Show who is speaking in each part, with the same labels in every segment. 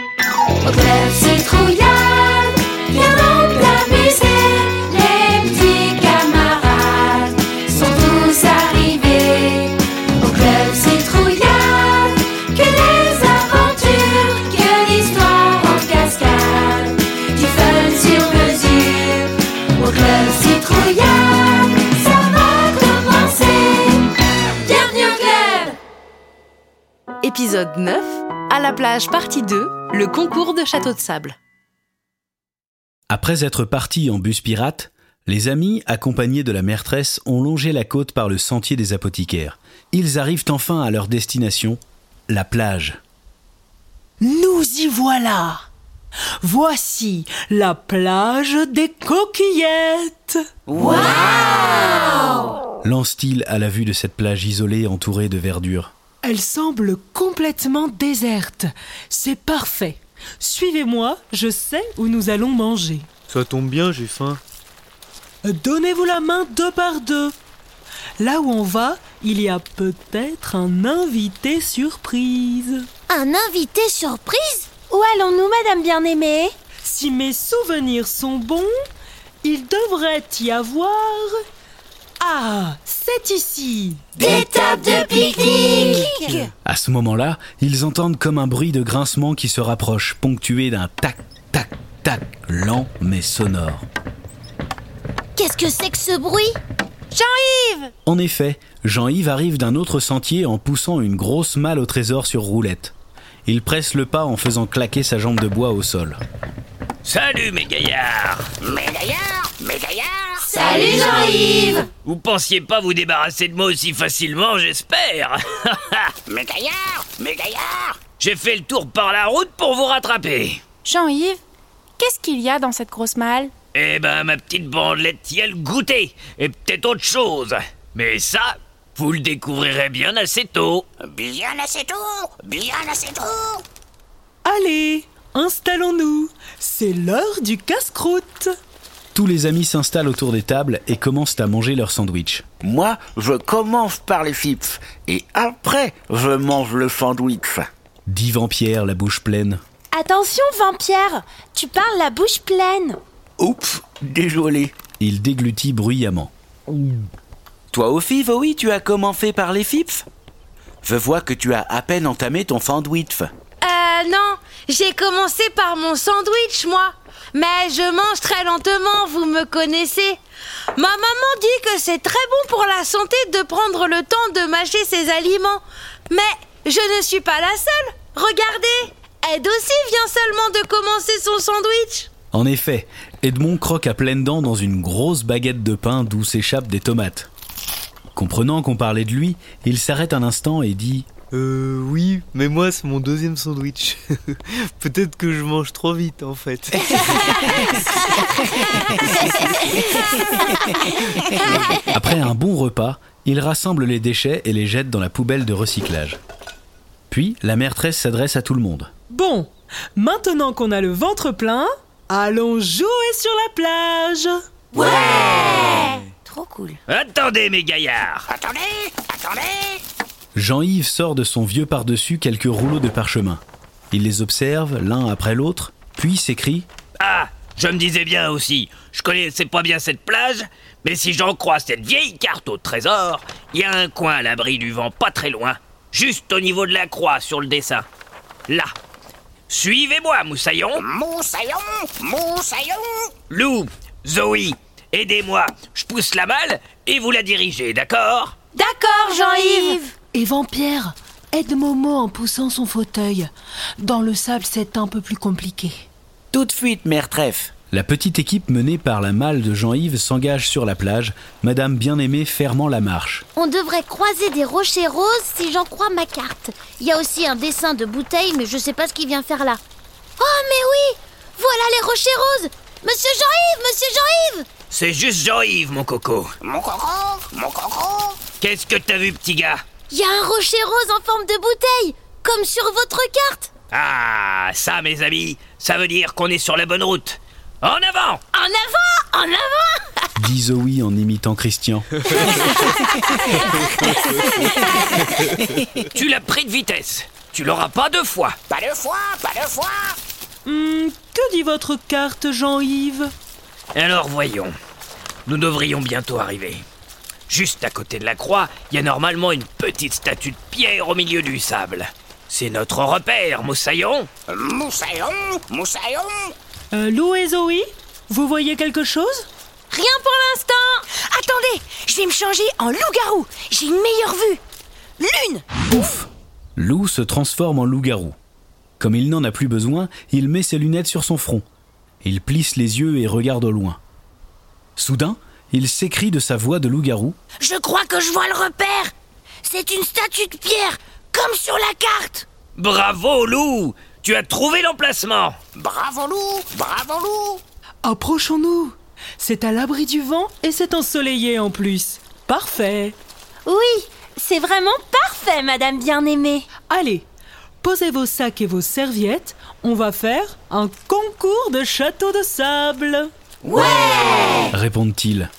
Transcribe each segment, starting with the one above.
Speaker 1: Au club citrouillade, viens donc t'amuser. Les petits camarades sont tous arrivés. Au club citrouillade, que des aventures, que l'histoire en cascade, du fun sur mesure. Au club citrouillade, ça va commencer. Bienvenue au club!
Speaker 2: Épisode 9, à la plage partie 2, le concours de château de sable.
Speaker 3: Après être partis en bus pirate, les amis, accompagnés de la maîtresse, ont longé la côte par le sentier des apothicaires. Ils arrivent enfin à leur destination, la plage.
Speaker 4: Nous y voilà. Voici la plage des coquillettes.
Speaker 3: Lance-t-il à la vue de cette plage isolée entourée de verdure.
Speaker 4: Elle semble complètement déserte. C'est parfait. Suivez-moi, je sais où nous allons manger.
Speaker 5: Ça tombe bien, j'ai faim.
Speaker 4: Donnez-vous la main deux par deux. Là où on va, il y a peut-être un invité surprise.
Speaker 6: Un invité surprise Où allons-nous, Madame Bien-Aimée
Speaker 4: Si mes souvenirs sont bons, il devrait y avoir... Ah, c'est ici
Speaker 1: Des tables de pique-nique!
Speaker 3: À ce moment-là, ils entendent comme un bruit de grincement qui se rapproche, ponctué d'un tac, tac, tac, lent mais sonore.
Speaker 6: Qu'est-ce que c'est que ce bruit
Speaker 3: En effet, Jean-Yves arrive d'un autre sentier en poussant une grosse malle au trésor sur roulette. Il presse le pas en faisant claquer sa jambe de bois au sol.
Speaker 7: Salut mes gaillards
Speaker 1: Salut Jean-Yves!
Speaker 7: Vous pensiez pas vous débarrasser de moi aussi facilement, j'espère Mes gaillards Mes gaillards J'ai fait le tour par la route pour vous rattraper
Speaker 8: Jean-Yves, qu'est-ce qu'il y a dans cette grosse malle
Speaker 7: Eh ben, ma petite bandelette y a le goûter, et peut-être autre chose Mais ça, vous le découvrirez bien assez tôt Bien assez tôt Bien assez tôt
Speaker 4: Allez, installons-nous. C'est l'heure du casse-croûte.
Speaker 3: Tous les amis s'installent autour des tables et commencent à manger leur sandwich.
Speaker 9: Moi, je commence par les chips et après, je mange le sandwich.
Speaker 3: Dit Vampierre, la bouche pleine.
Speaker 6: Attention, vampire Tu parles la bouche pleine
Speaker 9: Oups, désolé.
Speaker 3: Il déglutit bruyamment.
Speaker 9: Toi aussi, Vowie, tu as commencé par les chips Je vois que tu as à peine entamé ton sandwich.
Speaker 10: Euh, non, j'ai commencé par mon sandwich, moi. Mais je mange très lentement, vous me connaissez. Ma maman dit que c'est très bon pour la santé de prendre le temps de mâcher ses aliments. Mais je ne suis pas la seule. Regardez, Ed aussi vient seulement de commencer son sandwich.
Speaker 3: En effet, Edmond croque à pleines dents dans une grosse baguette de pain d'où s'échappent des tomates. Comprenant qu'on parlait de lui, il s'arrête un instant et dit
Speaker 5: Euh, oui, mais moi, c'est mon deuxième sandwich. Peut-être que je mange trop vite, en fait.
Speaker 3: Après un bon repas, il rassemble les déchets et les jette dans la poubelle de recyclage. Puis, la maîtresse s'adresse à tout le monde.
Speaker 4: Bon, maintenant qu'on a le ventre plein, allons jouer sur la plage.
Speaker 7: Attendez mes gaillards
Speaker 3: Jean-Yves sort de son vieux par-dessus quelques rouleaux de parchemin. Il les observe l'un après l'autre, puis s'écrie
Speaker 7: Ah, je me disais bien aussi, je connaissais pas bien cette plage, mais si j'en crois cette vieille carte au trésor, il y a un coin à l'abri du vent pas très loin, juste au niveau de la croix sur le dessin. Là. Suivez-moi, Moussaillon. Moussaillon Moussaillon Lou, Zoé, aidez-moi. Je pousse la balle et vous la dirigez, d'accord
Speaker 10: D'accord, Jean-Yves.
Speaker 4: Et Vampire aide Momo en poussant son fauteuil. Dans le sable, c'est un peu plus compliqué.
Speaker 9: Tout de suite, mère Treff.
Speaker 3: La petite équipe menée par la malle de Jean-Yves s'engage sur la plage, Madame Bien-Aimée fermant la marche.
Speaker 6: On devrait croiser des rochers roses si j'en crois ma carte. Il y a aussi un dessin de bouteille, mais je sais pas ce qu'il vient faire là. Oh, mais oui Voilà les rochers roses Monsieur Jean-Yves Monsieur Jean-Yves
Speaker 7: C'est juste Jean-Yves, mon coco. Mon coco Mon coco Qu'est-ce que t'as vu, petit gars
Speaker 6: Il y a un rocher rose en forme de bouteille Comme sur votre carte
Speaker 7: Ah, ça, mes amis, ça veut dire qu'on est sur la bonne route. En avant
Speaker 10: En avant, en avant.
Speaker 3: Dit Zoé en imitant Christian.
Speaker 7: Tu l'as pris de vitesse. Tu l'auras pas deux fois. Pas deux fois, pas deux fois.
Speaker 4: Hum, que dit votre carte, Jean-Yves
Speaker 7: Alors voyons. Nous devrions bientôt arriver. Juste à côté de la croix, il y a normalement une petite statue de pierre au milieu du sable. C'est notre repère, Moussaillon.
Speaker 11: Moussaillon Moussaillon
Speaker 4: euh, Lou et Zoé, vous voyez quelque chose
Speaker 10: Rien pour l'instant
Speaker 12: Attendez, je vais me changer en loup-garou J'ai une meilleure vue Lune
Speaker 3: Ouf Lou se transforme en loup-garou. Comme il n'en a plus besoin, il met ses lunettes sur son front. Il plisse les yeux et regarde au loin. Soudain, il s'écrie de sa voix de loup-garou.
Speaker 12: Je crois que je vois le repère C'est une statue de pierre, comme sur la carte
Speaker 7: Bravo, loup Tu as trouvé l'emplacement
Speaker 11: Bravo, loup Bravo, loup
Speaker 4: Approchons-nous C'est à l'abri du vent et c'est ensoleillé en plus. Parfait
Speaker 6: Oui, c'est vraiment parfait, madame bien-aimée
Speaker 4: Allez, posez vos sacs et vos serviettes, on va faire un concours de château de sable.
Speaker 1: Ouais
Speaker 3: répondent-ils.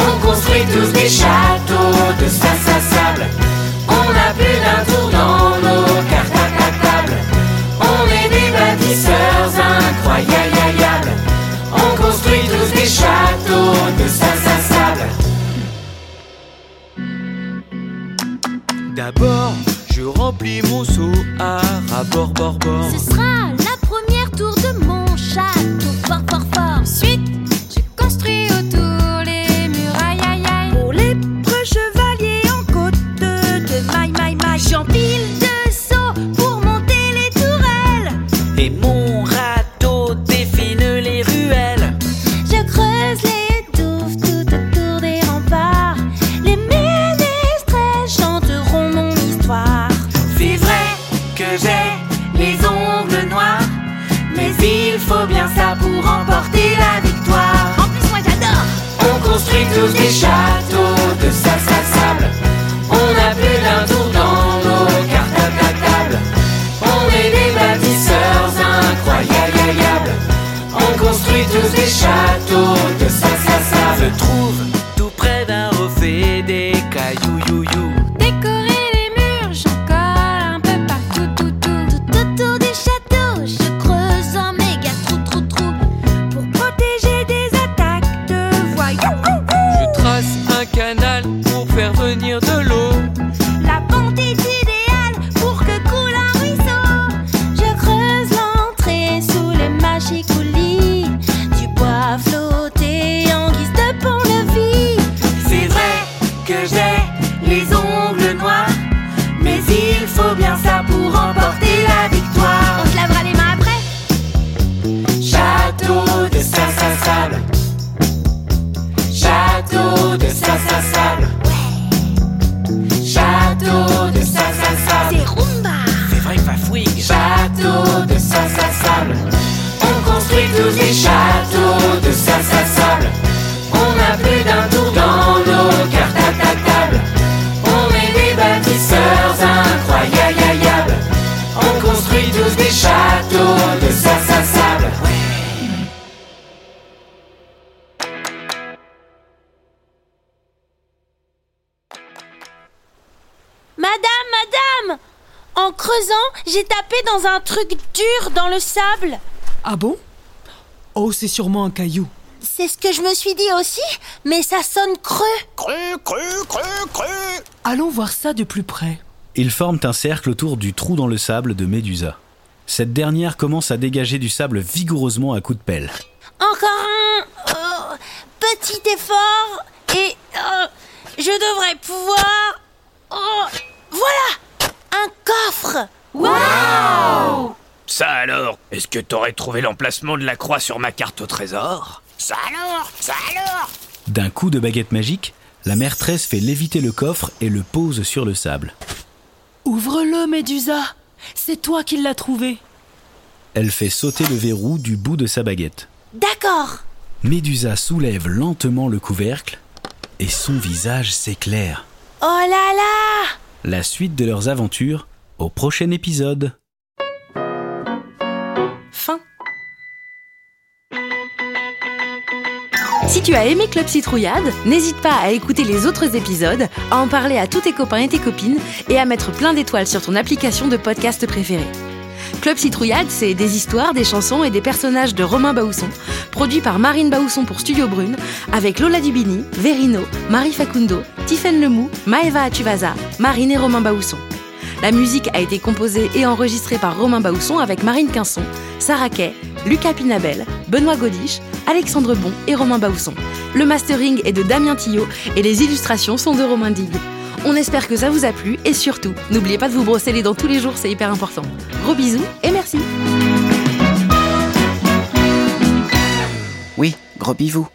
Speaker 1: On construit tous des châteaux de sa sa sable. On a plus d'un tour dans nos cartes à ta table. On est des bâtisseurs incroyables. On construit tous des châteaux de sa sa sable.
Speaker 5: D'abord, je remplis mon seau à rabord bord bord.
Speaker 6: Ce sera la première tour de mon château fort fort fort.
Speaker 1: Ensuite, je construis autour les murailles aïe aïe.
Speaker 12: Pour les preux chevaliers en côte de, de maille maille maille
Speaker 6: J'empile deux seaux pour monter les tourelles.
Speaker 11: Et mon râteau défine les ruelles.
Speaker 1: Je creuse les douves tout autour des remparts. Les ménestrels chanteront mon histoire.
Speaker 11: C'est vrai que j'ai les ongles noirs, mais il faut bien ça pour remporter la victoire.
Speaker 12: En plus, moi j'adore
Speaker 1: On construit tous des châteaux de sa sa sable. On a plus d'un tour dans nos cartes à ta table. On est des bâtisseurs incroyables. On construit tous des châteaux de sa sa
Speaker 11: Je
Speaker 1: sable.
Speaker 11: trouve tout près d'un refait des cailloux you, you.
Speaker 1: Décorer les murs, j'en colle un peu partout, tout, tout.
Speaker 6: Tout autour du château, je creuse un méga trou trou trou.
Speaker 12: Pour protéger des attaques de voyous
Speaker 5: Je trace un canal pour faire venir de l'eau.
Speaker 12: La pente est idéale
Speaker 6: Pour que coule un ruisseau,
Speaker 1: Je creuse l'entrée sous les magiques coulis. Du bois flotté en guise de pont-levis.
Speaker 11: C'est vrai que j'ai les ongles noirs, mais il faut bien ça pour remporter la victoire.
Speaker 12: On se lavera les mains après
Speaker 1: Château de sa sa sable. Château de sa sa sable. Château de sa sa sable.
Speaker 12: C'est Roomba
Speaker 11: C'est vrai que fouille
Speaker 1: Château de sa sa sable. On construit tous des châteaux de sa sa sable. On a plus d'un tour dans nos cartes à ta table. On est des bâtisseurs incroyables. On construit tous des châteaux de sa sa sable.
Speaker 6: Madame, madame En creusant, j'ai tapé dans un truc dur dans le sable.
Speaker 4: Ah bon Oh, c'est sûrement un caillou.
Speaker 6: C'est ce que je me suis dit aussi, mais ça sonne creux.
Speaker 11: Cru, cru, cru, cru
Speaker 4: Allons voir ça de plus près.
Speaker 3: Ils forment un cercle autour du trou dans le sable de Médusa. Cette dernière commence à dégager du sable vigoureusement à coups de pelle.
Speaker 6: Encore un euh, petit effort et euh, je devrais pouvoir. Oh, voilà Un coffre
Speaker 7: Ça alors Est-ce que t'aurais trouvé l'emplacement de la croix sur ma carte au trésor
Speaker 11: Ça alors Ça alors
Speaker 3: D'un coup de baguette magique, la maîtresse fait léviter le coffre et le pose sur le sable.
Speaker 4: Ouvre-le, Médusa C'est toi qui l'as trouvé.
Speaker 3: Elle fait sauter le verrou du bout de sa baguette.
Speaker 6: D'accord
Speaker 3: Médusa soulève lentement le couvercle et son visage s'éclaire.
Speaker 6: Oh là là
Speaker 3: La suite de leurs aventures au prochain épisode.
Speaker 8: Fin.
Speaker 1: Si tu as aimé Club Citrouillade, n'hésite pas à écouter les autres épisodes, à en parler à tous tes copains et tes copines et à mettre plein d'étoiles sur ton application de podcast préférée. Club Citrouillade, c'est des histoires, des chansons et des personnages de Romain Baousson, produit par Marine Baousson pour Studio Brune, avec Lola Dubini, Verino, Marie Facundo, Tiffaine Lemoux, Maeva Atuvasa, Marine et Romain Baousson. La musique a été composée et enregistrée par Romain Baousson avec Marine Quinson, Sarah Kay, Lucas Pinabel, Benoît Godiche, Alexandre Bon et Romain Baousson. Le mastering est de Damien Tillot et les illustrations sont de Romain Digue. On espère que ça vous a plu et surtout, n'oubliez pas de vous brosser les dents tous les jours, c'est hyper important. Gros bisous et merci.
Speaker 9: Oui, gros bivou.